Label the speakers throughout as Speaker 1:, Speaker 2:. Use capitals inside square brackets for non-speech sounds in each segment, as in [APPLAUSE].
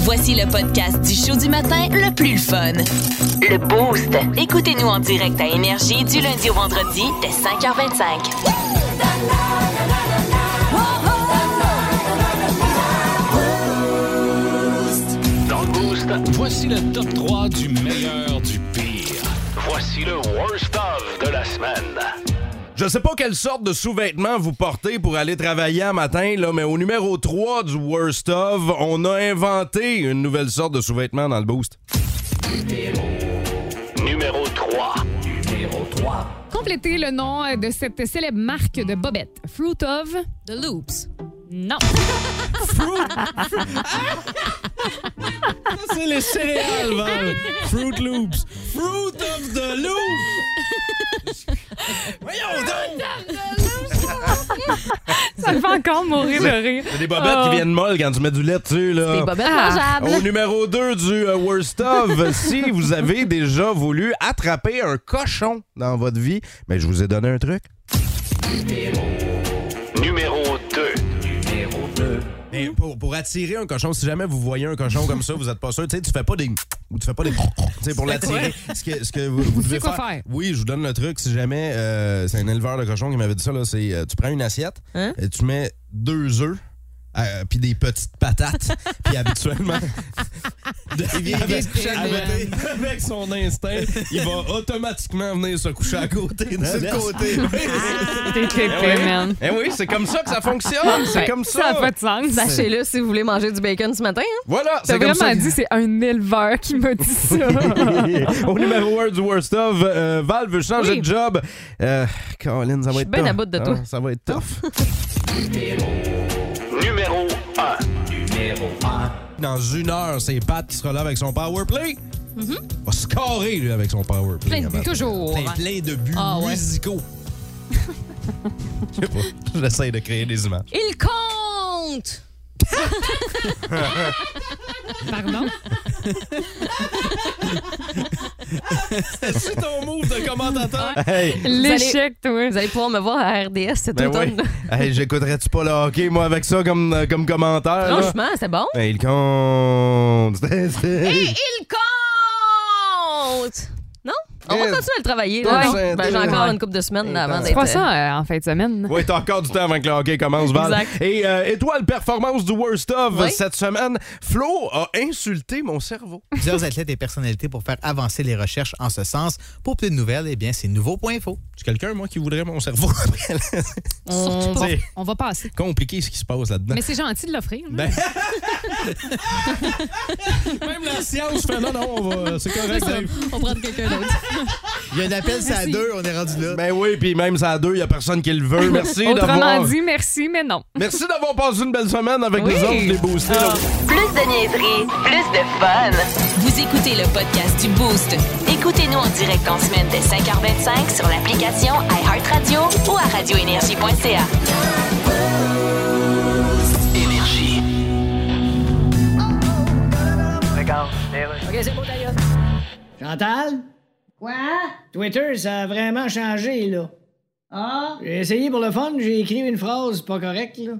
Speaker 1: Voici le podcast du show du matin le plus le fun. Le Boost. Écoutez-nous en direct à Énergie du lundi au vendredi dès 5h25.
Speaker 2: Dans le boost, voici le top 3 du meilleur du pire. Voici le worst of de la semaine.
Speaker 3: Je sais pas quelle sorte de sous-vêtements vous portez pour aller travailler un matin, là, mais au numéro 3 du Worst of, on a inventé une nouvelle sorte de sous-vêtements dans le boost.
Speaker 2: Numéro 3.
Speaker 4: Complétez le nom euh, de cette célèbre marque de bobettes. Fruit of... The Loops. Non. [LAUGHS]
Speaker 3: C'est les céréales, Val. Fruit Loops. Fruit of the Loop. Voyons donc!
Speaker 4: Ça me fait encore mourir de rire.
Speaker 3: C'est des bobettes qui viennent molles quand tu mets du lait dessus, là.
Speaker 4: Ah.
Speaker 3: Au numéro 2 du euh, Worst of, si vous avez déjà voulu attraper un cochon dans votre vie, mais je vous ai donné un truc.
Speaker 2: Numéro 2.
Speaker 4: Mhm.
Speaker 3: Mais pour, pour attirer un cochon, si jamais vous voyez un cochon comme ça, vous êtes pas sûr, tu sais, tu fais pas des. Ou tu fais pas des. Tu sais, pour l'attirer. Ce que, ce que vous, vous devez
Speaker 4: quoi
Speaker 3: faire.
Speaker 4: faire.
Speaker 3: Oui, je vous donne le truc. Si jamais. euh, c'est un éleveur de cochons qui m'avait dit ça, là. C'est. euh, tu prends une assiette,
Speaker 4: Hein?
Speaker 3: et tu mets deux œufs. euh, puis des petites
Speaker 4: [LAUGHS]
Speaker 3: patates. puis habituellement, avec, avec- avec son instinct, il va automatiquement venir se coucher à côté. De
Speaker 4: [LAUGHS]
Speaker 3: côté.
Speaker 4: Oh. T'es pépé, man.
Speaker 3: Eh oui, c'est comme ça que ça fonctionne. C'est
Speaker 4: Ouais,
Speaker 3: comme ça.
Speaker 4: Ça n'a pas de sens.
Speaker 5: Sachez-le si Hein, vous voulez manger du bacon ce matin. hein.
Speaker 3: Voilà,
Speaker 4: T'as
Speaker 3: c'est comme ça.
Speaker 4: vraiment
Speaker 3: que-
Speaker 4: dit, c'est un éleveur qui m'a dit [LAUGHS] ça.
Speaker 3: [LAUGHS] Au numéro 1 du Worst of, euh, Val veut changer
Speaker 5: Oui.
Speaker 3: de job. Euh, Colin, ça va
Speaker 5: suis
Speaker 3: être
Speaker 5: bien
Speaker 3: tough.
Speaker 5: à bout de toi.
Speaker 3: Ah, ça va être tough.
Speaker 2: Numéro 1.
Speaker 3: [LAUGHS] Dans une heure, c'est Pat qui sera là avec son power play.
Speaker 5: Mm-hmm.
Speaker 3: Va scorer, lui, avec son power play. hein,
Speaker 4: Plein de buts, toujours.
Speaker 3: Plein, plein de buts
Speaker 4: Ah
Speaker 5: [LAUGHS]
Speaker 4: ouais.
Speaker 3: musicaux. Je sais pas. J'essaie de créer des images.
Speaker 5: Il compte!
Speaker 4: Pardon?
Speaker 3: C'est ton move de commentateur.
Speaker 4: L'échec, toi.
Speaker 5: Vous allez pouvoir me voir à RDS cet
Speaker 3: Ben oui.
Speaker 5: automne.
Speaker 3: Hey, J'écouterais-tu pas le hockey, moi, avec ça comme, euh, comme commentaire?
Speaker 5: [LAUGHS]
Speaker 3: là?
Speaker 5: Franchement, c'est bon.
Speaker 3: Ben, il compte. [LAUGHS]
Speaker 5: Et il compte! Non? On va
Speaker 3: Eh,
Speaker 5: continuer à le travailler. là.
Speaker 3: ouais.
Speaker 5: Ben, J'ai encore
Speaker 3: Ouais.
Speaker 5: une couple de semaines là, avant
Speaker 3: C'est
Speaker 5: d'être...
Speaker 4: C'est pas ça euh, en fin de semaine.
Speaker 3: Oui, t'as encore du temps avant que le hockey commence, Val.
Speaker 5: Exact.
Speaker 3: Et euh, étoile performance du Worst of
Speaker 5: Oui.
Speaker 3: cette semaine, Flo a insulté mon cerveau.
Speaker 6: [LAUGHS] plusieurs athlètes et personnalités pour faire avancer les recherches en ce sens. Pour plus de nouvelles, eh bien, c'est nouveau.info.
Speaker 3: C'est quelqu'un, moi, qui voudrait
Speaker 6: [LAUGHS]
Speaker 3: mon cerveau.
Speaker 4: On va,
Speaker 3: C'est
Speaker 4: on va passer.
Speaker 3: compliqué ce qui se passe là-dedans.
Speaker 4: Mais c'est gentil de l'offrir. hein. là.
Speaker 3: Ben- Même la science fait non, non, on
Speaker 4: [LAUGHS]
Speaker 3: va- c'est correct. Dave.
Speaker 5: On prend quelqu'un
Speaker 3: [LAUGHS]
Speaker 5: d'autre.
Speaker 6: Il y a un appel, c'est à deux, on est rendu là.
Speaker 3: Ben oui, puis même ça à deux, il n'y a personne qui le veut. Merci
Speaker 4: Autrement
Speaker 3: d'avoir.
Speaker 4: dit, merci, mais non.
Speaker 3: Merci d'avoir passé une belle semaine avec
Speaker 4: Oui. Ah.
Speaker 3: nous autres, les boostés. là.
Speaker 1: Plus de niaiserie, plus de fun. Vous écoutez le podcast du Boost. Écoutez-nous en direct en semaine dès 5h25 sur l'application iHeartRadio ou à radioénergie.ca.
Speaker 7: Chantal? Quoi? Twitter, ça a vraiment changé, là. Ah? J'ai essayé pour le fun, j'ai écrit une phrase pas correcte, là.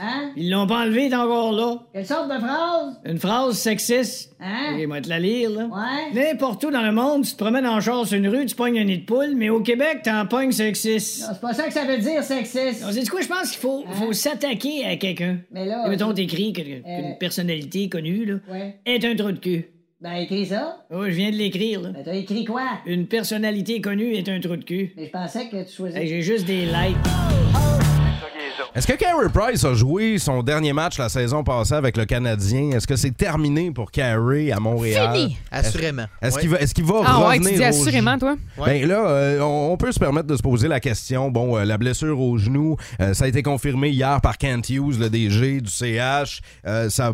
Speaker 7: Hein? Ils l'ont pas enlevée, elle est encore là. Quelle sorte de phrase? Une phrase sexiste. Hein? Ok, moi, te la lire, là. Ouais. N'importe où dans le monde, tu te promènes en char sur une rue, tu pognes un nid de poule, mais au Québec, t'en pognes sexiste.
Speaker 8: C'est pas ça que ça veut dire sexiste.
Speaker 7: C'est Hein? du quoi, je pense qu'il faut, faut s'attaquer à quelqu'un.
Speaker 8: Mais là,
Speaker 7: Et Mettons, t'écris que- qu'une personnalité connue, là,
Speaker 8: ouais.
Speaker 7: est un trou de cul.
Speaker 8: Ben, écris ça.
Speaker 7: Oh, je viens de l'écrire, là.
Speaker 8: Ben, t'as écrit quoi?
Speaker 7: Une personnalité connue est un trou de cul.
Speaker 8: Mais je pensais que tu choisissais.
Speaker 7: Hey, J'ai juste des likes.
Speaker 3: Est-ce que Carey Price a joué son dernier match la saison passée avec le Canadien? Est-ce que c'est terminé pour Carey à Montréal?
Speaker 5: Fini.
Speaker 6: Assurément.
Speaker 3: Est-ce
Speaker 6: Ouais.
Speaker 3: qu'il va, est-ce qu'il va
Speaker 4: Ah ouais,
Speaker 3: revenir
Speaker 4: tu dis
Speaker 3: au
Speaker 4: assurément,
Speaker 3: jeu?
Speaker 4: toi?
Speaker 6: Ouais.
Speaker 3: Ben là, euh, on, on peut se permettre de se poser la question. Bon, euh, la blessure au genou, euh, ça a été confirmé hier par Kent Hughes, le DG du CH. Euh, ça,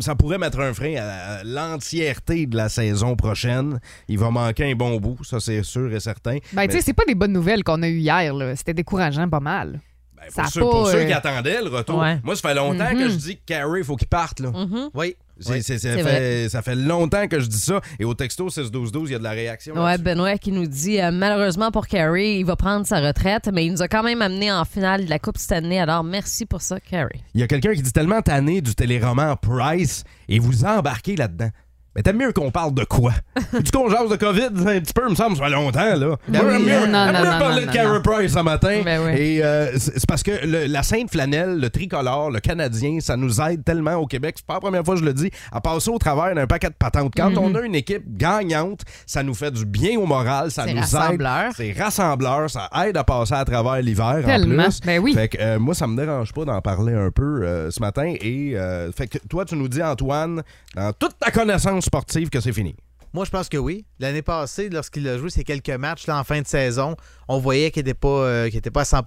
Speaker 3: ça pourrait mettre un frein à, à l'entièreté de la saison prochaine. Il va manquer un bon bout, ça c'est sûr et certain.
Speaker 4: Ben,
Speaker 3: Mais-
Speaker 4: tu sais, c'est pas des bonnes nouvelles qu'on a eues hier. là. C'était décourageant pas mal.
Speaker 3: Ben,
Speaker 4: Ça
Speaker 3: pour
Speaker 4: a
Speaker 3: ceux,
Speaker 4: pas,
Speaker 3: pour ceux
Speaker 4: euh, Mm-hmm.
Speaker 3: qui attendaient le retour.
Speaker 5: Ouais.
Speaker 3: Moi, ça fait longtemps que je dis que Carrie, il faut qu'il parte. Là.
Speaker 6: Oui.
Speaker 3: C'est- c'est- ça,
Speaker 5: c'est
Speaker 3: fait, ça fait longtemps que je dis ça. Et au texto 6-12-12, il y a de la réaction.
Speaker 5: Ouais,
Speaker 3: là-dessus.
Speaker 5: Benoît qui nous dit euh, malheureusement pour Carrie, il va prendre sa retraite, mais il nous a quand même amené en finale de la Coupe cette année. Alors merci pour ça, Carrie.
Speaker 3: Il y a quelqu'un qui dit tellement tanné du téléroman Price et vous embarquez là-dedans. Mais t'aimes mieux qu'on parle de
Speaker 5: [LAUGHS]
Speaker 3: quoi? du qu'on jase de COVID un petit peu, me semble, ça fait longtemps, là.
Speaker 6: Ben
Speaker 3: Moi,
Speaker 6: oui.
Speaker 3: j'aime mieux,
Speaker 6: Non,
Speaker 3: j'aime
Speaker 5: non,
Speaker 3: mieux
Speaker 5: non,
Speaker 3: parler
Speaker 5: non,
Speaker 3: de Carey
Speaker 5: non.
Speaker 3: Price ce matin.
Speaker 5: Ben oui.
Speaker 3: Et euh, c'est c'est parce que le- la sainte flanelle, le tricolore, le canadien, ça nous aide tellement au Québec. C'est pas la première fois que je le dis, à passer au travers d'un paquet de patentes. Quand
Speaker 5: Mhm.
Speaker 3: on a une équipe gagnante, ça nous fait du bien au moral, ça
Speaker 5: C'est
Speaker 3: nous
Speaker 5: rassembleur.
Speaker 3: aide. C'est rassembleur. Ça aide à passer à travers l'hiver en
Speaker 4: Tellement.
Speaker 3: plus.
Speaker 4: Ben oui.
Speaker 3: Fait que, euh, moi, ça me dérange pas d'en parler un peu euh, ce matin. Et euh, fait que toi, tu nous dis, Antoine, dans toute ta connaissance sportive, que c'est fini.
Speaker 6: Moi, je pense que oui. L'année passée, lorsqu'il a joué ces quelques matchs là, en fin de saison, on voyait qu'il n'était pas, euh, qu'il était pas à 100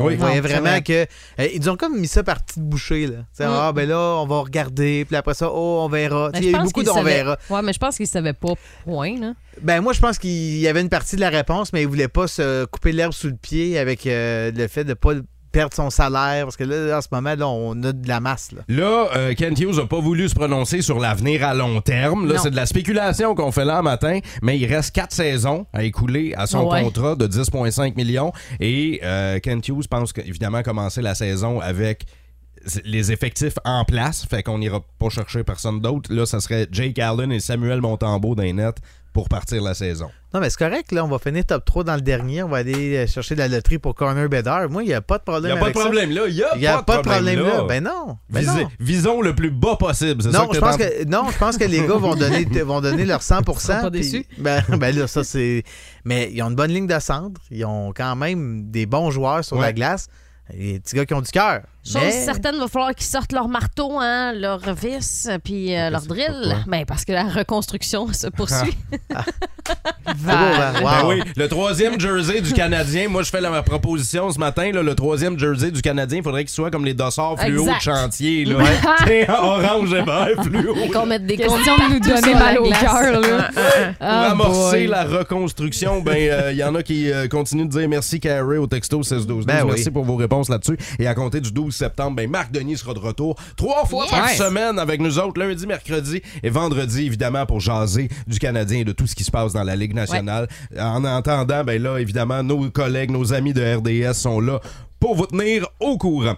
Speaker 6: On voyait
Speaker 3: Oui.
Speaker 5: Non, c'est
Speaker 6: vraiment
Speaker 5: vrai.
Speaker 6: que. euh, ils ont comme mis ça par petites bouchées. Là. Tu sais, Ah, ben là, on va regarder. Puis après ça, oh, on verra. Tu sais, Il y a eu beaucoup d'on verra.
Speaker 5: Ouais, mais je pense qu'il savait pas point. Là.
Speaker 6: Ben, moi, je pense qu'il y avait une partie de la réponse, mais il voulait pas se couper l'herbe sous le pied avec euh, le fait de ne pas perdre son salaire. Parce que là, en ce moment, là, on a de la masse. Là.
Speaker 3: Là, euh, Kent Hughes n'a pas voulu se prononcer sur l'avenir à long terme. Là,
Speaker 5: Non.
Speaker 3: c'est de la spéculation qu'on fait là le matin, mais il reste quatre saisons à écouler à son
Speaker 5: Ouais.
Speaker 3: contrat de 10,5 millions. Et euh, Kent Hughes pense que, évidemment commencer la saison avec les effectifs en place, fait qu'on n'ira pas chercher personne d'autre. Là, ça serait Jake Allen et Samuel Montembeau d'un net pour partir la saison.
Speaker 6: Non, mais c'est correct, là. On va finir top 3 dans le dernier. On va aller euh, chercher de la loterie pour Corner Bedard. Moi, il n'y a pas de
Speaker 3: Il
Speaker 6: problème.
Speaker 3: n'y a pas de
Speaker 6: avec ça.
Speaker 3: problème là. Il n'y a,
Speaker 6: Il n'y a pas de problème, là.
Speaker 3: là.
Speaker 6: Ben non. Ben
Speaker 3: Visez-
Speaker 6: non.
Speaker 3: Visons le plus bas possible. c'est ça
Speaker 6: Non,
Speaker 3: que
Speaker 6: je
Speaker 3: t'es
Speaker 6: pense
Speaker 3: en-
Speaker 6: que, non, je pense que les gars
Speaker 3: [LAUGHS]
Speaker 6: vont donner, vont donner leur 100
Speaker 9: pas
Speaker 6: puis-
Speaker 9: déçus.
Speaker 6: Ben, [LAUGHS] ben là, ça, c'est. Mais ils ont une bonne ligne de centre. Ils ont quand même des bons joueurs sur
Speaker 3: Ouais.
Speaker 6: la glace. Des petits gars qui ont du cœur.
Speaker 5: Chose
Speaker 6: Mais-
Speaker 5: certaine, il va falloir qu'ils sortent leur marteau, hein, leur vis, puis euh, leur drill.
Speaker 3: pourquoi?
Speaker 5: Ben, parce que la reconstruction [LAUGHS] se poursuit.
Speaker 6: C'est beau,
Speaker 4: Ah,
Speaker 6: hein? Wow.
Speaker 3: Ben oui, le troisième jersey du Canadien. Moi, je fais la, ma proposition ce matin. là, le troisième jersey du Canadien, il faudrait qu'il soit comme les dossards fluo
Speaker 5: Exact.
Speaker 3: de chantier. Là. [LAUGHS] T'sais, orange et vert fluo.
Speaker 5: Et qu'on mette des
Speaker 4: Question de nous donner
Speaker 5: sur
Speaker 4: mal
Speaker 5: la
Speaker 4: au
Speaker 5: glace.
Speaker 4: cœur, là.
Speaker 3: Pour
Speaker 4: Ah,
Speaker 3: amorcer
Speaker 4: boy.
Speaker 3: la reconstruction, ben euh, il y en a qui euh, continuent de dire merci Carrie au texto 16 12
Speaker 6: Ben oui.
Speaker 3: Merci pour vos réponses là-dessus. Et à compter du 12 septembre, ben Marc Denis sera de retour trois fois par semaine avec nous autres, lundi, mercredi et vendredi évidemment pour jaser du Canadien et de tout ce qui se passe dans la Ligue nationale. En entendant, ben là évidemment nos collègues, nos amis de RDS sont là pour vous tenir au courant.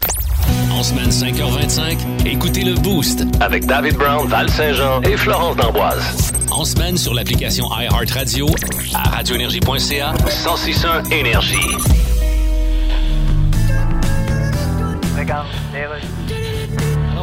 Speaker 10: En semaine 5h25, écoutez le Boost.
Speaker 2: Avec David Brown, Val Saint-Jean et Florence D'Amboise.
Speaker 10: En semaine sur l'application iHeartRadio à radioénergie.ca.
Speaker 2: 1061 Énergie.
Speaker 11: Alors,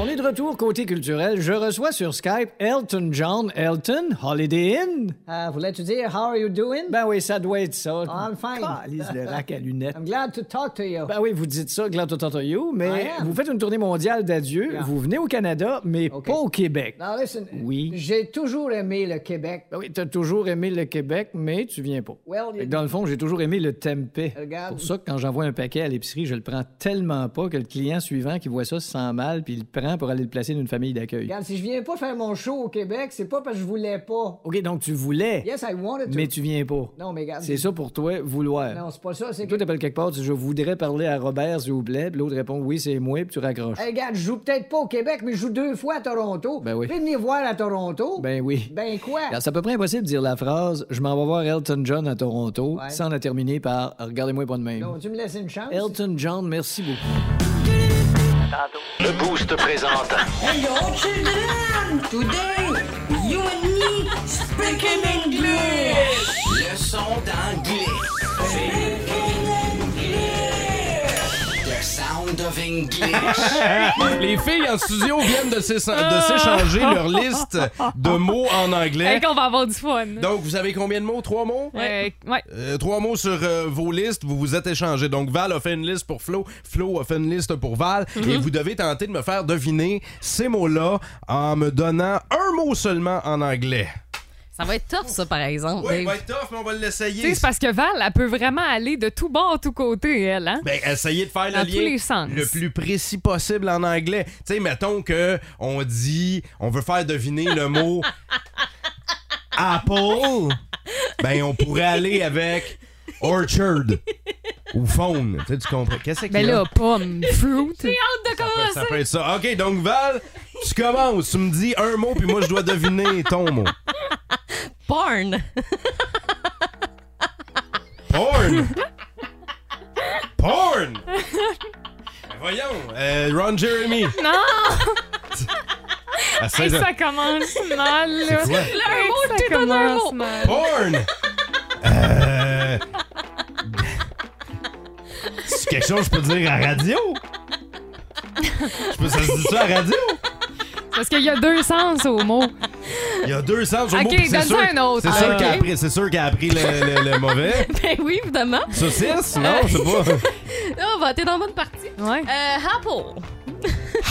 Speaker 11: on est de retour côté culturel. Je reçois sur Skype Elton John Elton, Holiday Inn.
Speaker 7: Ah, voulais-tu dire how are you doing?
Speaker 11: Ben oui, ça doit être ça.
Speaker 7: I'm Ah, fine.
Speaker 11: Calise le rack à lunettes.
Speaker 7: I'm glad to talk to you.
Speaker 11: Ben oui, vous dites ça, Glad to talk to you, mais
Speaker 7: I am.
Speaker 11: vous faites une tournée mondiale d'adieu. Vous venez au Canada, mais
Speaker 7: OK.
Speaker 11: pas au Québec.
Speaker 7: Now listen.
Speaker 11: Oui.
Speaker 7: J'ai toujours aimé le Québec.
Speaker 11: Ben oui, t'as toujours aimé le Québec, mais tu viens pas.
Speaker 7: Well,
Speaker 11: Fait
Speaker 7: you
Speaker 11: que Dans le fond, j'ai toujours aimé le tempeh. C'est
Speaker 7: Regarde.
Speaker 11: pour ça que quand j'envoie un paquet à l'épicerie, je le prends tellement pas que le client suivant qui voit ça se sent mal puis il le prend pour aller le placer dans une famille d'accueil.
Speaker 7: Regarde, si je viens pas faire mon show au Québec, c'est pas parce que je voulais pas.
Speaker 11: OK, donc tu voulais,
Speaker 7: Yes, I wanted to.
Speaker 11: mais tu viens pas.
Speaker 7: Non, mais regarde.
Speaker 11: C'est ça pour toi, vouloir.
Speaker 7: Non, c'est pas ça. C'est que.
Speaker 11: Toi, t'appelles quelque part, tu dis, je voudrais parler à Robert, s'il vous plaît. Puis l'autre répond, oui, c'est moi, puis tu raccroches.
Speaker 7: Hey, regarde, je joue peut-être pas au Québec, mais je joue deux fois à Toronto.
Speaker 11: Ben oui.
Speaker 7: Fais venir voir à Toronto.
Speaker 11: Ben oui.
Speaker 7: Ben quoi?
Speaker 11: Alors, c'est à peu près impossible de dire la phrase Je m'en vais voir Elton John à Toronto
Speaker 7: Ouais.
Speaker 11: sans la terminer par Regardez-moi pas de même.
Speaker 7: Non, tu me laisses une chance.
Speaker 11: Elton John, merci beaucoup.
Speaker 2: Le Boost présente
Speaker 3: Les filles en studio viennent de s'échan- de s'échanger leur liste de mots en anglais.
Speaker 4: Fait qu'on va avoir du fun.
Speaker 3: Donc vous avez combien de mots Trois mots
Speaker 4: Ouais. Euh, ouais.
Speaker 3: Euh, trois mots sur euh, vos listes, vous vous êtes échangés. Donc Val a fait une liste pour Flo, Flo a fait une liste pour Val,
Speaker 4: Mhm.
Speaker 3: et vous devez tenter de me faire deviner ces mots-là en me donnant un mot seulement en anglais.
Speaker 5: Ça va être tough, ça, par exemple.
Speaker 3: Oui,
Speaker 5: Dave.
Speaker 3: va être tough, mais on va
Speaker 4: Ben Tu sais,
Speaker 3: l'essayer.
Speaker 4: c'est parce que Val, elle peut vraiment aller de tout bord, tout côté, elle, hein?
Speaker 3: Ben, essayez de faire
Speaker 4: Dans
Speaker 3: le
Speaker 4: tous
Speaker 3: lien
Speaker 4: les sens.
Speaker 3: le plus précis possible en anglais. Tu sais, mettons que on dit, on veut faire deviner
Speaker 4: [LAUGHS]
Speaker 3: le mot Apple. Ben, on pourrait aller avec Orchard. ou faune. Tu sais, tu comprends. Qu'est-ce qu'il
Speaker 4: Ben
Speaker 3: y a?
Speaker 4: là, pomme, fruit. J'ai
Speaker 5: hâte de
Speaker 3: Ouais, Ça peut être ça. OK, donc Val, tu commences. Tu me dis un mot, puis moi, je dois deviner ton mot.
Speaker 5: Porn.
Speaker 3: Porn! Porn! Ben Voyons, euh, Ron Jeremy. Ah,
Speaker 4: Non!
Speaker 3: À
Speaker 4: Hey,
Speaker 3: 16 ans.
Speaker 4: ça commence mal, là.
Speaker 3: C'est quoi?
Speaker 4: Hey,
Speaker 5: mot,
Speaker 4: ça
Speaker 5: tu donnes un
Speaker 4: commence
Speaker 5: mot.
Speaker 4: mal.
Speaker 3: Porn! Euh... C'est quelque chose que je peux dire à radio? Je peux, ça se dit ça à radio?
Speaker 4: Parce qu'il y a deux sens au mot.
Speaker 3: Il y a deux sens au
Speaker 4: Ok,
Speaker 3: mot, puis c'est
Speaker 4: donne-toi
Speaker 3: sûr,
Speaker 4: un autre.
Speaker 3: c'est sûr
Speaker 4: Ah,
Speaker 3: qu'elle a
Speaker 4: ok.
Speaker 3: pris- c'est sûr qu'elle a pris le, le- le mauvais.
Speaker 5: [LAUGHS] ben oui, évidemment.
Speaker 3: Saucisse? Non, je sais pas.
Speaker 5: Là, on va t'es dans bonne partie.
Speaker 4: Ouais.
Speaker 5: Euh, apple.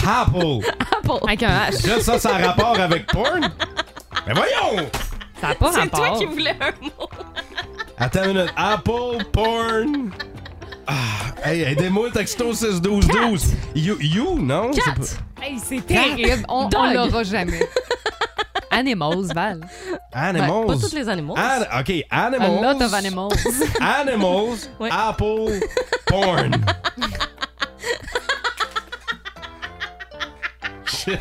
Speaker 3: Apple.
Speaker 5: Apple.
Speaker 4: Avec un H.
Speaker 3: Là, ça, ça a rapport avec porn? Mais voyons!
Speaker 4: Ça n'a pas
Speaker 5: C'est
Speaker 4: rapport.
Speaker 5: toi qui voulais un mot.
Speaker 3: Attends une minute. Apple, porn. Ah, hey, aidez-moi le texto 6-12-12. You, you, non? c'est pas-
Speaker 4: Hey, c'est terrible. On
Speaker 5: Dog.
Speaker 4: ne l'aura jamais. [LAUGHS] Animals, Val.
Speaker 3: Animals.
Speaker 5: Ben, pas tous les animaux.
Speaker 3: An- OK,
Speaker 4: A
Speaker 3: animals.
Speaker 4: lot of animals.
Speaker 3: Animals,
Speaker 5: Ouais.
Speaker 3: apple, porn. Shit.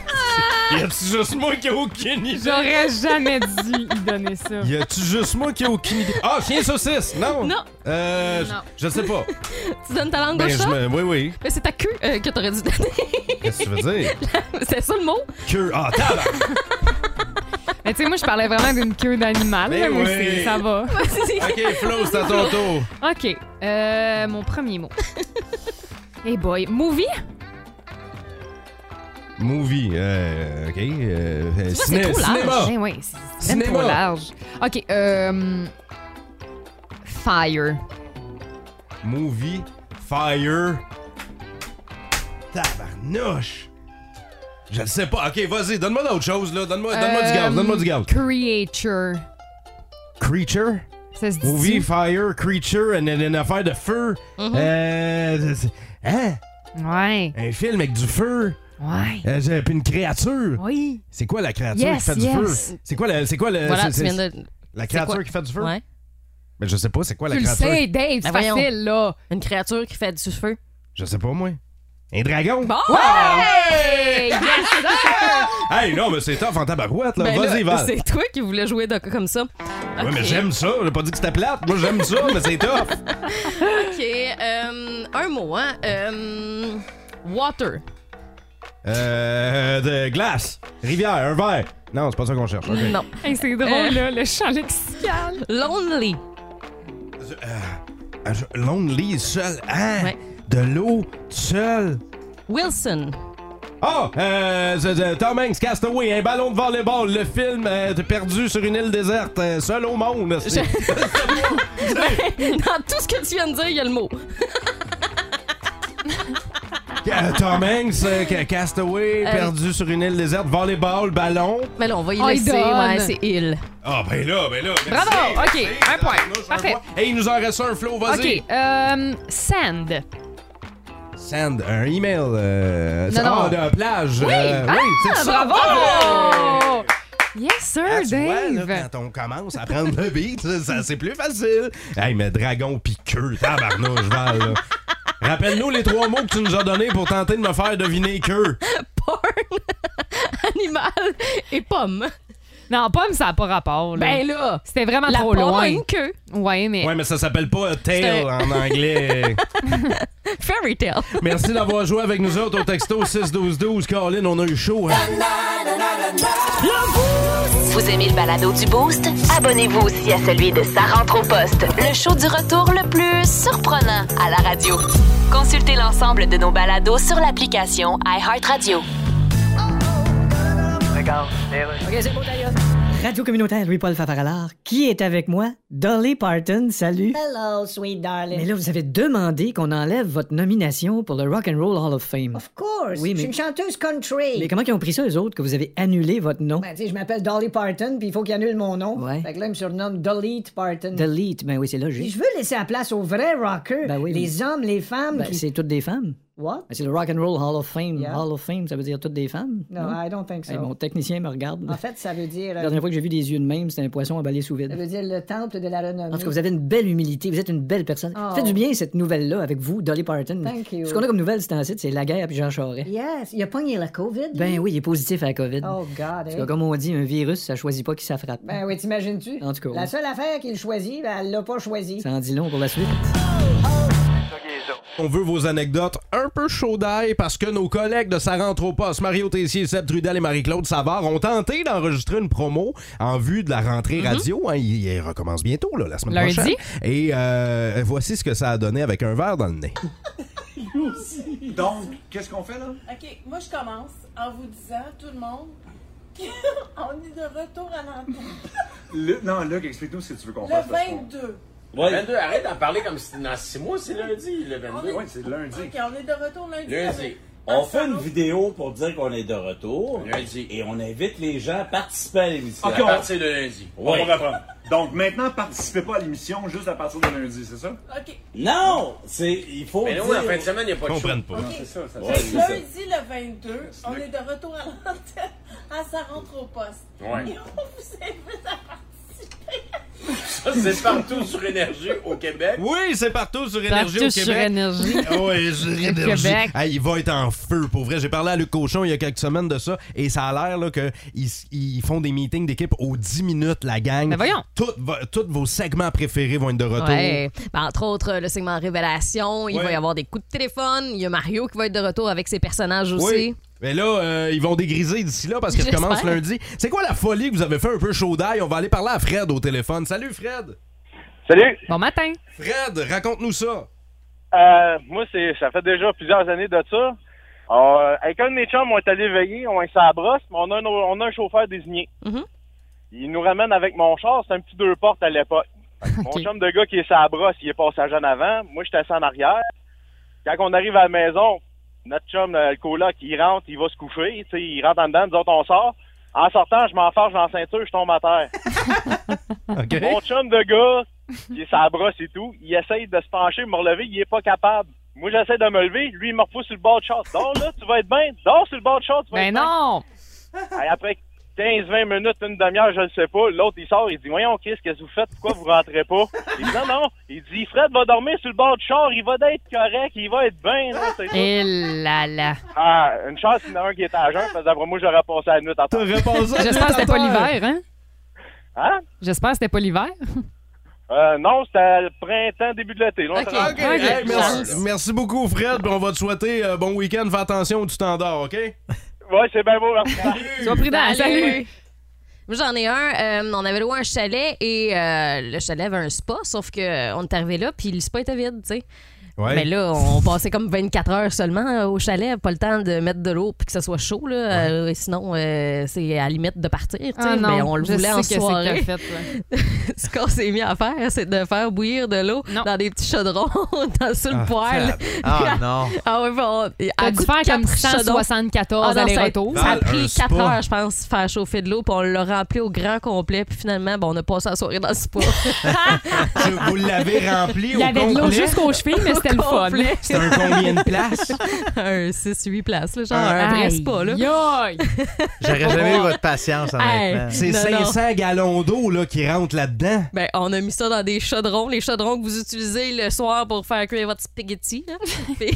Speaker 3: y a-tu juste moi qui a aucune idée?
Speaker 4: [LAUGHS] J'aurais jamais dû y donner ça.
Speaker 3: Y a-tu juste moi qui a aucune idée? Ah, chien saucisse! Non!
Speaker 5: Non.
Speaker 3: Euh, je-
Speaker 4: Non.
Speaker 3: Je sais pas.
Speaker 5: Tu donnes ta langue
Speaker 3: Ben,
Speaker 5: au
Speaker 3: je
Speaker 5: chat.
Speaker 3: me- Oui, oui.
Speaker 5: Mais c'est ta queue euh, que t'aurais dû donner.
Speaker 3: Qu'est-ce que tu veux dire?
Speaker 5: [LAUGHS] c'est ça le mot?
Speaker 3: Que. Ah, tabac!
Speaker 4: Mais tu sais, moi, je parlais vraiment d'une queue d'animal.
Speaker 3: Ben
Speaker 4: là, moi
Speaker 3: oui.
Speaker 4: aussi, ça va.
Speaker 3: Ok, Flo, c'est à ton tour.
Speaker 4: OK. Euh, mon premier [LAUGHS] mot. Hey boy. Movie?
Speaker 3: Movie, euh, ok. Euh, euh,
Speaker 5: vois,
Speaker 3: ciné-
Speaker 5: c'est trop large.
Speaker 3: cinéma.
Speaker 4: Ben oui, c'est c'est
Speaker 3: Cinéma.
Speaker 4: trop large. OK. Euh, fire.
Speaker 3: Movie, fire. Tabarnouche. Je le sais pas. Ok, vas-y, donne-moi d'autres choses, là. Donne-moi donne-moi du
Speaker 4: Euh,
Speaker 3: gaz, donne-moi du gaz.
Speaker 4: Creature.
Speaker 3: Creature.
Speaker 4: Ça se dit.
Speaker 3: Movie, fire, creature, une, une affaire de feu. Euh, c'est- hein?
Speaker 4: Ouais.
Speaker 3: Un film avec du feu.
Speaker 4: Ouais.
Speaker 3: Euh, j'ai- puis une créature.
Speaker 4: Oui.
Speaker 3: C'est quoi la créature
Speaker 4: Yes,
Speaker 3: qui fait
Speaker 4: yes.
Speaker 3: du feu? C'est quoi le. C'est quoi le.
Speaker 5: Voilà, tu
Speaker 3: c'est-
Speaker 5: viens
Speaker 3: c'est-
Speaker 5: de.
Speaker 3: La
Speaker 5: quoi?
Speaker 3: créature qui fait du feu?
Speaker 5: Ouais.
Speaker 3: Mais je sais pas, c'est quoi la
Speaker 4: Tu le
Speaker 3: créature?
Speaker 4: sais, Dave,
Speaker 5: Ben
Speaker 4: c'est
Speaker 5: voyons.
Speaker 4: facile, là.
Speaker 5: Une créature qui fait du feu.
Speaker 3: Je sais pas, moi. Un dragon?
Speaker 5: Bon!
Speaker 3: Ouais!
Speaker 4: yes,
Speaker 3: Hey, non, mais c'est tough en tabarouette, là.
Speaker 5: Ben
Speaker 3: Vas-y,
Speaker 5: là,
Speaker 3: Val.
Speaker 5: [LAUGHS] C'est toi qui voulais jouer de- comme ça.
Speaker 3: Ouais, mais j'aime ça. J'ai pas dit que c'était plate. Moi, j'aime ça, mais c'est tough.
Speaker 5: OK. euh, un mot, hein? Euh, water.
Speaker 3: Euh, de glace, rivière, un verre. Non, c'est pas ça qu'on cherche. ok.
Speaker 5: Non.
Speaker 4: Hey, c'est drôle,
Speaker 5: Euh.
Speaker 4: là, le champ lexical.
Speaker 5: Lonely.
Speaker 3: Euh, je- Lonely, seul. Hein?
Speaker 5: Ouais.
Speaker 3: De l'eau, seul.
Speaker 5: Wilson. [LAUGHS]
Speaker 3: Ah! euh, c'est- c'est Tom Hanks, Castaway, un ballon de volleyball, le film euh, de perdu sur une île déserte, euh, seul au monde. c'est-
Speaker 5: Dans tout ce que tu viens de dire, il y a le mot.
Speaker 3: [LAUGHS] Euh, Tom Hanks, euh, ca- Castaway,
Speaker 5: Euh.
Speaker 3: perdu sur une île déserte, volleyball, ballon.
Speaker 5: Mais Ben là, on va y
Speaker 4: On y
Speaker 5: laisser.
Speaker 4: donne.
Speaker 5: Ouais, c'est il.
Speaker 3: Ah, ben là, ben là. merci.
Speaker 4: Bravo! OK, un point. Parfait.
Speaker 3: Hey, il nous en reste un, Flo, vas-y.
Speaker 4: OK, euh, sand.
Speaker 3: Send un email. Euh,
Speaker 4: Non,
Speaker 3: ah,
Speaker 4: non.
Speaker 3: de plage. Oui,
Speaker 4: Ah,
Speaker 3: oui c'est ça.
Speaker 4: bravo! Yes,
Speaker 5: Hein,
Speaker 4: sir,
Speaker 3: Ah, tu vois,
Speaker 4: Dave.
Speaker 3: là, quand on commence à prendre le beat, ça, ça, c'est plus facile. Hey, mais dragon pis queue, tabarnouche, Val, là. Rappelle-nous les trois mots que tu nous as donnés pour tenter de me faire deviner queue.
Speaker 5: Porn, [LAUGHS] animal et pomme.
Speaker 4: non, pomme, ça n'a pas rapport. Là.
Speaker 5: Ben là,
Speaker 4: C'était vraiment
Speaker 5: la
Speaker 4: trop
Speaker 5: pomme
Speaker 4: loin.
Speaker 5: a une queue.
Speaker 4: Ouais, mais.
Speaker 3: Ouais, mais ça s'appelle pas tail
Speaker 5: C'est-
Speaker 3: en anglais.
Speaker 5: [LAUGHS] Fairy tale.
Speaker 3: Merci d'avoir joué avec nous autres au texto 6-12-12. Caroline, on a eu chaud. hein?
Speaker 1: Vous aimez le balado du Boost? Abonnez-vous aussi à celui de Sa rentre au poste, le show du retour le plus surprenant à la radio. Consultez l'ensemble de nos balados sur l'application iHeartRadio.
Speaker 11: Radio communautaire Louis-Paul Favaralard, qui est avec moi? Dolly Parton, salut.
Speaker 8: Hello, sweet darling.
Speaker 11: Mais là, vous avez demandé qu'on enlève votre nomination pour le Rock and Roll Hall of Fame.
Speaker 8: Of course.
Speaker 11: Oui,
Speaker 8: Je
Speaker 11: mais-
Speaker 8: suis une chanteuse country.
Speaker 11: Mais comment ils ont pris ça, eux autres, que vous avez annulé votre nom?
Speaker 8: Ben, tu sais, je m'appelle Dolly Parton, puis il faut qu'il annule mon nom.
Speaker 11: Ouais.
Speaker 8: Fait que là, il me surnomme Delete Parton.
Speaker 11: Delete, ben oui, c'est
Speaker 8: Puis
Speaker 11: logique.
Speaker 8: je veux laisser la place aux vrais rockers,
Speaker 11: Ben oui,
Speaker 8: les hommes, les femmes.
Speaker 11: Ben,
Speaker 8: qui-
Speaker 11: c'est Ben, toutes des femmes.
Speaker 8: What?
Speaker 11: Mais C'est le Rock and Roll Hall of Fame.
Speaker 8: Yeah. ah,
Speaker 11: Hall of Fame, ça veut dire toutes des femmes?
Speaker 8: No, I don't think so.
Speaker 11: Hey, mon technicien me regarde. là.
Speaker 8: En fait, ça veut dire. euh,
Speaker 11: la dernière fois que j'ai vu des yeux de même, c'était un poisson emballé sous
Speaker 8: Ça
Speaker 11: vide.
Speaker 8: veut dire le temple de la renommée.
Speaker 11: En tout cas, vous avez une belle humilité, vous êtes une belle personne.
Speaker 8: Oh.
Speaker 11: Faites du bien cette nouvelle-là avec vous, Dolly Parton.
Speaker 8: Thank you.
Speaker 11: Ce qu'on a comme nouvelle, c'est un site, c'est la guerre puis Jean Charest.
Speaker 8: Yes, il a pogné la COVID. lui?
Speaker 11: Ben oui, il est positif à la COVID.
Speaker 8: Oh, God.
Speaker 11: Parce
Speaker 8: eh.
Speaker 11: que comme on dit, un virus, ça choisit pas qui ça frappe.
Speaker 8: Ben oui, t'imagines-tu?
Speaker 11: En tout cas,
Speaker 8: La
Speaker 11: oui.
Speaker 8: seule affaire qu'il choisit, ben, elle l'a pas choisie.
Speaker 11: Ça en dit long pour la suite.
Speaker 3: On veut vos anecdotes un peu chaudailles parce que nos collègues de Ça rentre au poste, Mario Tessier, Seb Trudel et Marie-Claude Savard, ont tenté d'enregistrer une promo en vue de la
Speaker 12: Mhm.
Speaker 3: rentrée radio. hein. il, il recommence bientôt, là, la semaine
Speaker 13: Lundi.
Speaker 3: prochaine. Et euh, voici ce que ça a donné avec un verre dans le nez.
Speaker 14: Donc, qu'est-ce qu'on fait là?
Speaker 15: OK, moi je commence en vous disant, tout le monde, [LAUGHS] on est de retour à l'antenne.
Speaker 14: Le- non, Luc, explique-nous ce que tu veux qu'on fasse.
Speaker 15: Le
Speaker 14: parce qu'on-
Speaker 15: 22.
Speaker 14: Ouais.
Speaker 12: Le 22, arrête d'en parler comme si c'était dans 6 mois, c'est lundi, le 22.
Speaker 14: Oui, c'est lundi.
Speaker 15: OK, on est de retour lundi.
Speaker 12: Lundi.
Speaker 16: On fait une vidéo pour dire qu'on est de retour. Et on invite les gens à participer à l'émission.
Speaker 14: Ok,
Speaker 16: À
Speaker 14: on-
Speaker 16: partir de lundi.
Speaker 14: On
Speaker 16: Oui.
Speaker 14: va reprendre. Donc, maintenant, participez pas à l'émission juste à partir de lundi, c'est ça?
Speaker 15: OK.
Speaker 16: Non! C'est, il faut
Speaker 12: Mais
Speaker 16: dire...
Speaker 12: nous, en fin de semaine, il y a pas de Comprennent show. pas.
Speaker 14: Non, c'est ça, ça.
Speaker 16: Ouais,
Speaker 15: Fait
Speaker 16: c'est ça.
Speaker 15: lundi le 22, on est de retour à l'antenne à sa rentre au poste.
Speaker 12: Ouais.
Speaker 15: Et on vous invite à participer.
Speaker 12: Ça, c'est partout sur Énergie au Québec.
Speaker 3: Oui, c'est partout sur
Speaker 12: Partout
Speaker 3: Énergie au
Speaker 12: sur
Speaker 3: Québec.
Speaker 12: Énergie.
Speaker 3: oui, sur
Speaker 12: Le
Speaker 3: Énergie.
Speaker 12: Québec.
Speaker 3: Hey, il va être en feu, pour vrai. J'ai parlé à Luc Cochon il y a quelques semaines de ça, et ça a l'air là, que ils, ils font des meetings d'équipe aux 10 minutes, la gang.
Speaker 5: Ben voyons.
Speaker 3: Toutes vo- Tous vos segments préférés vont être de retour.
Speaker 5: Ouais. Ben, entre autres, le segment Révélation, il
Speaker 3: Ouais.
Speaker 5: va y avoir des coups de téléphone, il y a Mario qui va être de retour avec ses personnages aussi.
Speaker 3: Oui. Mais là, euh, ils vont dégriser d'ici là parce que je
Speaker 5: J'espère.
Speaker 3: commence lundi. C'est quoi la folie que vous avez fait un peu chaud d'ail? On va aller parler à Fred au téléphone. Salut Fred!
Speaker 17: Salut!
Speaker 5: Bon matin!
Speaker 3: Fred, raconte-nous ça!
Speaker 17: Euh, moi, c'est, ça fait déjà plusieurs années de ça. Euh, avec un de mes chums, on est allé veiller, on est à brosse, mais on a, un, on a un chauffeur désigné. Il nous ramène avec mon char, c'est un petit deux portes à l'époque. Fait que Mon chum de gars qui est sa brosse, il est passage en avant. Moi, j'étais assis en arrière. Quand on arrive à la maison, notre chum, euh, le coloc, il rentre, il va se coucher. tu sais, Il rentre en dedans, nous autres, on sort. En sortant, je m'enfarge dans la ceinture, je tombe à [LAUGHS] terre. Mon chum de gars, il est sa brosse et tout, il essaye de se pencher, me relever, il est pas capable. Moi, j'essaie de me lever, lui, il me repousse sur le bord de short. Dors, là, tu vas être bien. Dors sur le bord de short,
Speaker 4: Ben
Speaker 17: tu vas être bien. non! Après 15-20 minutes, une demi-heure, je ne sais pas, l'autre, il sort, il dit, voyons, Chris, qu'est-ce que vous faites? Pourquoi vous rentrez pas? Il dit, non, non. Il dit, Fred va dormir sur le bord de char, il va d'être correct, il va être bien, là, c'est ça.
Speaker 5: Et là là.
Speaker 17: Ah, une chance, il y en a un qui est à jeun, parce que d'après moi, j'aurais passé la nuit à terre.
Speaker 4: J'espère que c'était pas l'hiver, hein?
Speaker 17: Hein?
Speaker 4: J'espère que c'était pas l'hiver.
Speaker 17: Euh, non, c'était le printemps, début de l'été. là, on s'en-
Speaker 3: Hey, merci, merci beaucoup Fred, puis on va te souhaiter euh, bon week-end. Fais attention où tu t'endors, OK?
Speaker 17: [LAUGHS] Ouais, c'est bien beau, merci.
Speaker 3: Sois
Speaker 9: Ah,
Speaker 5: Ben,
Speaker 3: prudent, salut.
Speaker 5: Moi, j'en ai un. euh, on avait loué un chalet et euh, le chalet avait un spa, sauf qu'on est arrivé là puis le spa était vide, tu sais.
Speaker 9: Ouais.
Speaker 5: Mais là, on passait comme 24 heures seulement euh, au chalet, pas le temps de mettre de l'eau puis que ça soit chaud, là. Euh, et sinon, euh, c'est à la limite de partir, tu sais.
Speaker 9: Ah non,
Speaker 5: Mais Ben, on le
Speaker 9: je
Speaker 5: voulait en
Speaker 9: sais que c'est
Speaker 5: soirée.
Speaker 9: qu'a fait,
Speaker 5: [LAUGHS] Ce qu'on s'est mis à faire, c'est de faire bouillir de l'eau dans des petits chaudrons, [LAUGHS] dans, sur le
Speaker 9: Ah,
Speaker 5: poêle.
Speaker 9: tab- ah, non.
Speaker 5: Ah ouais, bon,
Speaker 4: T'as
Speaker 5: à
Speaker 4: dû
Speaker 5: coup de
Speaker 4: faire comme
Speaker 5: quatre chaudrons.
Speaker 4: 174
Speaker 5: Ah non, ça-
Speaker 4: aller-retour.
Speaker 5: Ça a
Speaker 4: Val, un
Speaker 5: pris
Speaker 4: spa.
Speaker 5: 4 heures, je pense, faire chauffer de l'eau, puis on l'a rempli au grand complet, puis finalement, ben, on a passé la soirée dans le spa.
Speaker 3: Vous [LAUGHS] l'avez rempli
Speaker 5: Il y
Speaker 3: au
Speaker 5: avait de l'eau
Speaker 3: complet?
Speaker 5: jusqu'aux chevilles, mais c'était le fun.
Speaker 3: complet. C'était un combien de places?
Speaker 5: [LAUGHS] un 6-8 places, là, genre
Speaker 3: Ah.
Speaker 5: un vrai
Speaker 3: Aïe,
Speaker 5: spa. Là.
Speaker 6: J'aurais jamais eu votre patience,
Speaker 5: Hey,
Speaker 6: honnêtement.
Speaker 3: [LAUGHS] C'est
Speaker 5: non,
Speaker 3: 500
Speaker 5: non.
Speaker 3: gallons d'eau là, qui rentrent là-dedans.
Speaker 5: Ben, on a mis ça dans des chaudrons, les chaudrons que vous utilisez le soir pour faire cuire votre spaghetti. [LAUGHS] là. Puis-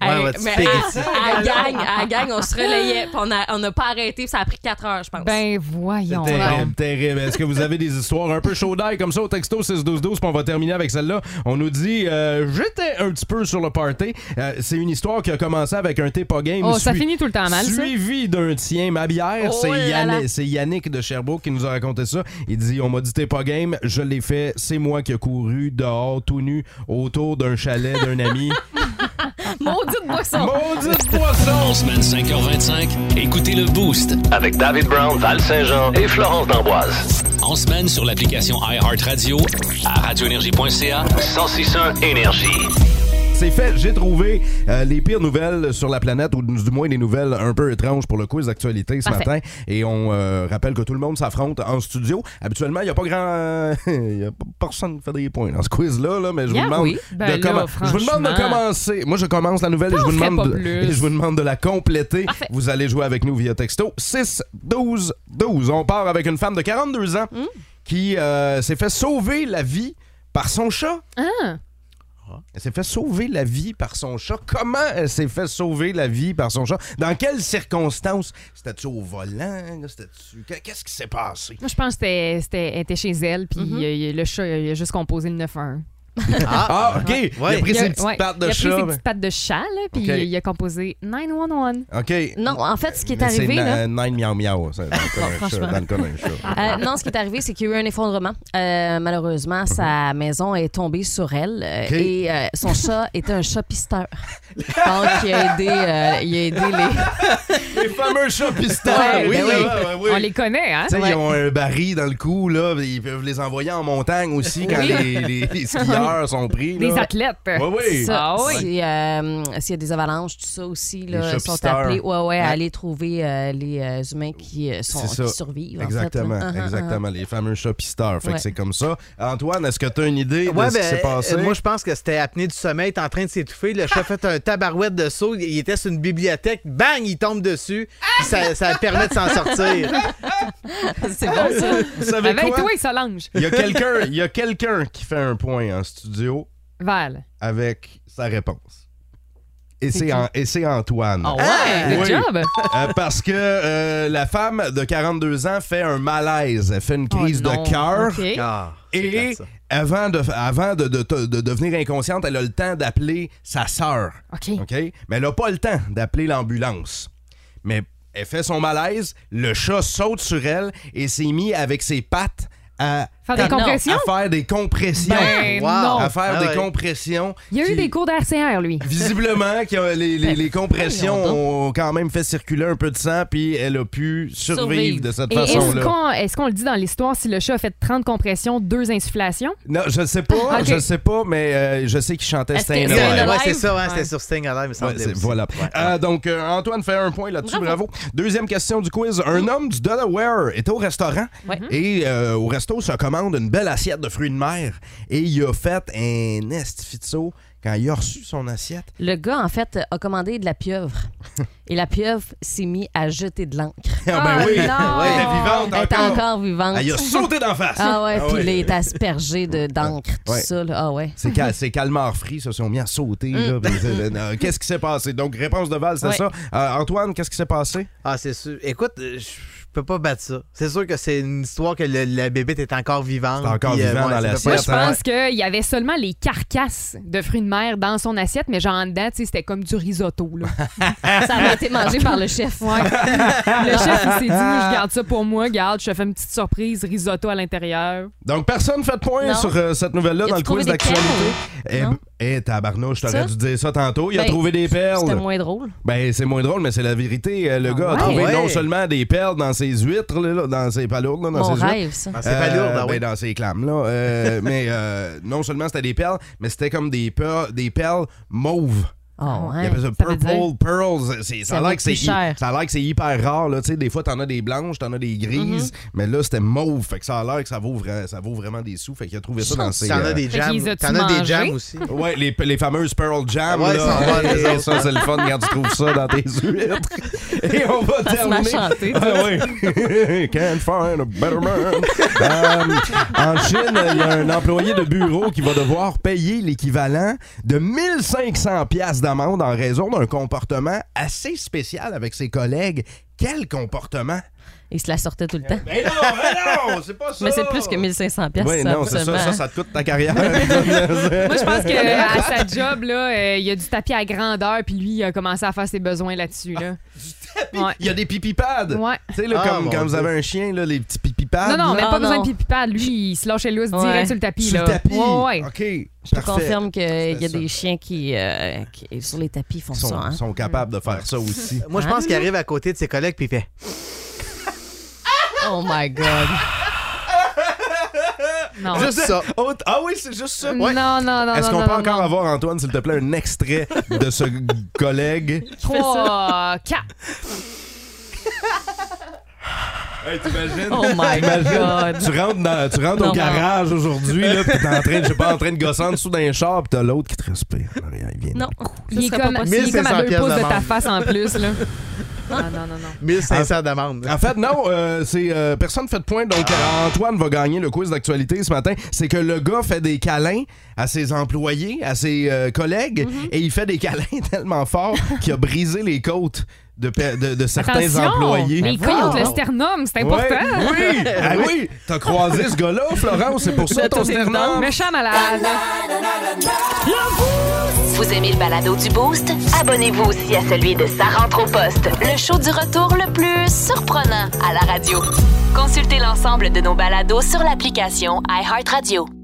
Speaker 5: Hey,
Speaker 9: votre
Speaker 5: mais ah!
Speaker 9: spaghetti.
Speaker 5: à, à gang, à gang, on se relayait, puis on a- on n'a pas arrêté, puis ça a pris 4 heures, je pense.
Speaker 4: Ben voyons.
Speaker 3: Terrible, terrible. Est-ce que vous avez des histoires un peu chaud d'ail comme ça au texto 61212 puis on va terminer avec celle-là. On nous dit euh, j'étais un petit peu sur le party. Euh, c'est une histoire qui a commencé avec un pas game.
Speaker 4: Oh, ça
Speaker 3: sui-
Speaker 4: finit tout le temps mal, ça.
Speaker 3: Suivi d'un tien ma bière,
Speaker 4: Oh
Speaker 3: c'est
Speaker 4: là
Speaker 3: Yannick,
Speaker 4: là.
Speaker 3: c'est Yannick de Sherbrooke qui nous a raconté ça. Il dit on m'a dit t'es pas game, je l'ai fait, c'est moi qui ai couru dehors tout nu autour d'un chalet d'un
Speaker 4: [LAUGHS]
Speaker 3: ami.
Speaker 5: [LAUGHS] Maudite boisson.
Speaker 3: Maudite boisson.
Speaker 10: En semaine 5h25, écoutez le Boost.
Speaker 2: Avec David Brown, Val Saint-Jean et Florence D'Amboise.
Speaker 10: En semaine sur l'application iHeartRadio, à radioénergie.ca.
Speaker 2: 1061 Énergie.
Speaker 3: C'est fait, j'ai trouvé euh, les pires nouvelles sur la planète, ou du moins des nouvelles un peu étranges pour le quiz d'actualité ce
Speaker 13: Parfait.
Speaker 3: matin. Et on euh, rappelle que tout le monde s'affronte en studio. Habituellement, il n'y a pas grand. [LAUGHS] Il y a pas personne qui fait des points dans ce quiz-là, là, mais je vous
Speaker 13: Ah
Speaker 3: demande
Speaker 13: oui?
Speaker 3: de
Speaker 13: Ben là,
Speaker 3: comment- Je vous demande de
Speaker 13: franchement.
Speaker 3: commencer. Moi, je commence la nouvelle et je, vous
Speaker 13: T'en ferais
Speaker 3: demande
Speaker 13: pas
Speaker 3: de,
Speaker 13: plus.
Speaker 3: et [LAUGHS] je vous demande de la compléter. Vous allez jouer avec nous via texto 6 12 12. On part avec une femme de 42 ans qui euh, s'est fait sauver la vie par son chat.
Speaker 4: Ah.
Speaker 3: Elle s'est fait sauver la vie par son chat. Comment elle s'est fait sauver la vie par son chat? Dans quelles circonstances? C'était-tu au volant? C'était-tu- Qu'est-ce qui s'est passé?
Speaker 4: Moi, je pense que c'était- c'était elle était chez elle, puis
Speaker 5: Mm-hmm.
Speaker 4: euh, il- le chat, il a juste composé le 9-1.
Speaker 3: Ah, OK. Il a pris ses petites
Speaker 4: ouais,
Speaker 3: pattes de
Speaker 4: il a
Speaker 3: chat.
Speaker 4: pris ses
Speaker 3: ben.
Speaker 4: petites pattes de chat, là, puis
Speaker 3: Ok.
Speaker 4: il a composé 911.
Speaker 3: OK.
Speaker 5: Non, en fait, ce qui est
Speaker 3: Mais
Speaker 5: arrivé,
Speaker 3: na-
Speaker 5: là-
Speaker 3: euh, Nine miau miau, ça, dans le cas d'un chat.
Speaker 5: franchement.
Speaker 3: Dans le cas d'un chat.
Speaker 5: Euh, non, ce qui est arrivé, c'est qu'il y a eu un effondrement. Euh, malheureusement, sa maison est tombée sur elle euh,
Speaker 13: OK.
Speaker 5: et euh, son chat était un chat pisteur. Donc, il a aidé, euh, il a aidé les...
Speaker 3: Les fameux chats pisteurs, oui, là, ouais, oui.
Speaker 4: On les connaît, hein?
Speaker 3: Tu sais,
Speaker 4: Ouais.
Speaker 3: ils ont un baril dans le cou, là. Ils peuvent les envoyer en montagne aussi quand
Speaker 5: Oui.
Speaker 3: les, les-
Speaker 4: [LAUGHS]
Speaker 3: les skieurs sont pris.
Speaker 5: Des
Speaker 3: là.
Speaker 5: athlètes.
Speaker 3: Ouais, Oui,
Speaker 5: C'est [LAUGHS] ça.
Speaker 3: Ouais.
Speaker 5: Si, euh, S'il y a des avalanches, tout ça aussi, là,
Speaker 3: Les
Speaker 5: sont
Speaker 3: shopsters.
Speaker 5: appelés ouais, ouais,
Speaker 3: Ouais.
Speaker 5: à aller trouver euh, les euh, humains qui, euh, sont,
Speaker 3: C'est ça.
Speaker 5: qui survivent. en fait, là.
Speaker 3: Exactement,
Speaker 4: Uh-huh,
Speaker 5: Ah, ah, ah.
Speaker 3: exactement. Les fameux chats pisteurs. Fait
Speaker 5: Ouais.
Speaker 3: que c'est comme ça. Antoine, est-ce que tu as une idée
Speaker 6: Ouais,
Speaker 3: de ce qui
Speaker 6: ben,
Speaker 3: s'est passé?
Speaker 6: euh, moi, je pense que c'était apnée du sommeil, t'es en train de s'étouffer. Le chat fait un tabarouette de saut. Il était sur une bibliothèque. Bang, il tombe dessus. Puis Ça, ça permet de s'en sortir.
Speaker 3: Ah,
Speaker 5: C'est bon, ça.
Speaker 3: Vous savez
Speaker 4: Avec
Speaker 3: quoi?
Speaker 4: Ben, toi et Solange.
Speaker 3: Il y a quelqu'un il y a quelqu'un qui fait un point en studio
Speaker 4: Val.
Speaker 3: avec sa réponse. Et
Speaker 4: C'est
Speaker 3: c'est
Speaker 4: qui?
Speaker 3: An- et c'est Antoine.
Speaker 4: Ah ouais? Good job.
Speaker 3: Euh, parce que euh, la femme de 42 ans fait un malaise, elle fait une
Speaker 4: Oh
Speaker 3: crise
Speaker 13: non.
Speaker 3: de cœur.
Speaker 13: Ok. Ah,
Speaker 3: et avant, de, avant de, de- de- de devenir inconsciente, elle a le temps d'appeler sa sœur. OK. Mais elle n'a pas le temps d'appeler l'ambulance. Mais elle fait son malaise, le chat saute sur elle et s'est mis avec ses pattes à
Speaker 4: Faire des
Speaker 3: à-
Speaker 4: compressions?
Speaker 3: à faire des compressions.
Speaker 4: Ben Wow. non.
Speaker 3: À faire
Speaker 4: Ah
Speaker 3: des
Speaker 4: ouais.
Speaker 3: compressions.
Speaker 4: Il y a eu des cours d'RCR, lui.
Speaker 3: Visiblement, que euh, les, les- les compressions
Speaker 4: voyons
Speaker 3: ont quand même fait circuler un peu de sang, puis elle a pu survivre, de cette
Speaker 4: Et Est-ce
Speaker 3: façon-là.
Speaker 4: qu'on est-ce qu'on le dit dans l'histoire si le chat a fait 30 compressions, 2 insufflations?
Speaker 3: Non, je sais pas,
Speaker 4: Ok.
Speaker 3: je sais pas, mais euh, je sais qu'il chantait
Speaker 4: Est-ce que
Speaker 3: Stay
Speaker 4: Staying Alive?
Speaker 6: Ouais, c'est ça, hein, c'était sur Sting Alive, il me
Speaker 3: Ouais,
Speaker 6: semblait
Speaker 3: c'est-
Speaker 6: aussi.
Speaker 3: voilà. Euh, donc, euh, Antoine fait un point là-dessus, bravo. Deuxième question du quiz. Un homme du Delaware est au restaurant
Speaker 13: Ouais.
Speaker 3: et euh, au resto se commande une belle assiette de fruits de mer et il a fait un estifizzo quand il a reçu son assiette. [LAUGHS]
Speaker 5: Le gars, en fait, a commandé de la pieuvre. Et la pieuvre s'est mise à jeter de
Speaker 3: [LAUGHS]
Speaker 5: l'encre.
Speaker 3: Ah, ben oui.
Speaker 5: non.
Speaker 3: Ouais, elle est vivante
Speaker 5: Elle est
Speaker 3: encore.
Speaker 5: encore vivante.
Speaker 3: Elle a sauté d'en face.
Speaker 5: Ah ouais,
Speaker 3: Ah
Speaker 5: puis
Speaker 3: ouais.
Speaker 5: là, il est aspergé de- d'encre, tout
Speaker 3: Ouais.
Speaker 5: ça. là. Ah ouais.
Speaker 3: C'est cal- c'est calmar free, se sont mis à sauter. là, puis c'est- [LAUGHS] euh, Qu'est-ce qui s'est passé? Donc, réponse de Val, c'est
Speaker 6: Ouais.
Speaker 3: ça. Euh, Antoine, qu'est-ce qui s'est passé?
Speaker 6: Ah, c'est sûr. Écoute, euh, je je peux pas battre ça. C'est sûr que c'est une histoire que le- la bébête est encore vivante.
Speaker 3: C'est encore
Speaker 6: puis, euh,
Speaker 3: vivant
Speaker 6: ouais,
Speaker 3: dans hein.
Speaker 6: ça peut
Speaker 3: l'assiette,
Speaker 6: pas-
Speaker 4: Je pense qu'il y avait seulement les carcasses de fruits de mer dans son assiette, mais genre en dedans, tu sais, c'était comme du risotto. Là.
Speaker 5: Ah, Ça avait été mangé par le chef. Ah,
Speaker 4: Ouais. Le chef, il s'est dit, je garde ça pour moi, garde, je te fais une petite surprise, risotto à l'intérieur.
Speaker 3: Donc, personne ne fait de point
Speaker 4: Non.
Speaker 3: sur euh, cette
Speaker 4: Y
Speaker 3: nouvelle-là
Speaker 4: a-tu
Speaker 3: dans le
Speaker 4: trouvé
Speaker 3: quiz
Speaker 4: des
Speaker 3: d'actualité.
Speaker 4: perles?
Speaker 3: Eh,
Speaker 4: Non.
Speaker 3: eh, tabarnouche,
Speaker 5: Ça?
Speaker 3: t'aurais dû dire ça tantôt. Il a
Speaker 5: Ben,
Speaker 3: trouvé des perles.
Speaker 5: C'était moins drôle.
Speaker 3: Ben, c'est moins drôle, mais c'est la vérité. Euh, Le gars a
Speaker 5: ouais?
Speaker 3: trouvé
Speaker 5: Ouais.
Speaker 3: non seulement des perles dans ses huîtres, là, là, dans ses palourdes, là, dans
Speaker 5: Mon
Speaker 3: ses
Speaker 5: rêve,
Speaker 3: huîtres.
Speaker 5: ça.
Speaker 6: Dans ses palourdes, ah oui.
Speaker 3: ben, dans ses clames, là.
Speaker 6: [LAUGHS]
Speaker 3: Euh, mais euh, non seulement c'était des perles, mais c'était comme des, per- des perles mauves.
Speaker 5: Ah ouais.
Speaker 3: Il appelle ça
Speaker 5: Ça veut
Speaker 3: purple
Speaker 5: dire-
Speaker 3: pearls. C'est-
Speaker 5: Ça
Speaker 3: Ça a l'air
Speaker 5: vaut
Speaker 3: que c'est
Speaker 5: plus
Speaker 3: hy-
Speaker 5: cher.
Speaker 3: ça a l'air que c'est hyper rare. Là. Tu sais, Des fois, t'en as des blanches, t'en as des grises,
Speaker 5: Mm-hmm.
Speaker 3: mais là, c'était mauve. Fait que ça a l'air que ça vaut, vra- ça vaut vraiment des sous. Fait qu'il a trouvé ça dans
Speaker 6: Chance.
Speaker 3: ses.
Speaker 6: T'en as des Fait jams. qu'ils ont-tu T'en as des mangé? jams aussi.
Speaker 3: Ouais, les, les fameuses Pearl Jam.
Speaker 6: Ouais,
Speaker 3: là.
Speaker 6: c'est bon, les
Speaker 3: Ouais,
Speaker 6: autres.
Speaker 3: [LAUGHS] ça, c'est le fun quand tu trouves ça dans tes huîtres.
Speaker 6: [LAUGHS]
Speaker 3: Et on va
Speaker 13: Ça se met à
Speaker 3: terminer.
Speaker 13: chanter,
Speaker 3: Ah,
Speaker 13: ça.
Speaker 3: ouais. [LAUGHS] Can't find a better man. Euh, en Chine, il y a un employé de bureau qui va devoir payer l'équivalent de 1500 pièces d'amende en raison d'un comportement assez spécial avec ses collègues. Quel comportement?
Speaker 5: Il se la sortait tout le temps.
Speaker 3: Mais Ben non, mais non, c'est pas ça.
Speaker 5: Mais c'est plus que 1500 pièces.
Speaker 3: Oui, Oh! non, c'est
Speaker 5: hein.
Speaker 3: ça, ça, ça te coûte ta [LAUGHS] carrière. Moi,
Speaker 4: Moi,
Speaker 3: je
Speaker 4: je pense qu'à sa job, là, euh, il y a du tapis à grandeur, puis lui, il a commencé à faire ses besoins là-dessus. Là. Ouais.
Speaker 3: Il y a des pipi pads.
Speaker 4: Ouais.
Speaker 3: Tu sais, là,
Speaker 4: Ah,
Speaker 3: comme
Speaker 4: mon
Speaker 3: quand vous
Speaker 4: Dieu.
Speaker 3: avez un chien, là, les petits pipi pads.
Speaker 4: Non, non, mais
Speaker 5: Non,
Speaker 4: pas besoin
Speaker 5: non.
Speaker 4: de pipi pad. Lui, il se lâche les lousses
Speaker 5: Ouais.
Speaker 4: direct sur le tapis.
Speaker 5: Sur
Speaker 4: là.
Speaker 5: le tapis.
Speaker 4: Ouais, ouais.
Speaker 3: OK.
Speaker 5: Je te confirme qu'il y a des chiens qui, euh, qui, sur les tapis, font
Speaker 3: Ils sont,
Speaker 5: ça. hein.
Speaker 3: sont capables de faire ça aussi.
Speaker 6: Moi, je pense qu'il arrive à côté de ses collègues puis il fait.
Speaker 5: Oh my God.
Speaker 4: Non.
Speaker 3: Juste ça. Oh, Ah oui, c'est juste ça. Ouais.
Speaker 4: Non, Mm. non, non.
Speaker 3: Est-ce
Speaker 4: non,
Speaker 3: qu'on
Speaker 4: non,
Speaker 3: peut
Speaker 4: non,
Speaker 3: encore
Speaker 4: non.
Speaker 3: avoir, Antoine, s'il te plaît, un extrait de ce collègue?
Speaker 4: Trois, quatre.
Speaker 3: Hey, t'imagines?
Speaker 4: Oh my
Speaker 3: T'imagines?
Speaker 4: God.
Speaker 3: Tu rentres, dans- tu rentres
Speaker 4: Non, non.
Speaker 3: au garage aujourd'hui, là, pis t'es en train, je sais pas, en train de gosser en dessous d'un char, pis t'as l'autre qui te respire. en arrière. Il vient.
Speaker 9: Non.
Speaker 4: Il est comme, il est comme à
Speaker 3: 1500
Speaker 4: deux pouces de ta
Speaker 3: d'amende.
Speaker 4: face en plus, là. Ah, non, non, non.
Speaker 3: 1500 d'amende. En fait, non, euh, c'est euh, personne fait de point. Donc, euh, Antoine va gagner le quiz d'actualité ce matin. C'est que le gars fait des câlins à ses employés, à ses euh, collègues,
Speaker 4: Mm-hmm.
Speaker 3: et il fait des câlins [LAUGHS] tellement forts qu'il a brisé les côtes de, pe- de- de certains
Speaker 4: Attention!
Speaker 3: employés.
Speaker 4: Mais il compte le sternum, c'est important.
Speaker 3: Ouais, Oui, ah oui, t'as croisé ce gars-là, Florence, c'est pour ça ton sternum.
Speaker 4: Méchant malade.
Speaker 1: Vous aimez le balado du Boost? Abonnez-vous aussi à celui de Sa rentre au poste, le show du retour le plus surprenant à la radio. Consultez l'ensemble de nos balados sur l'application iHeartRadio.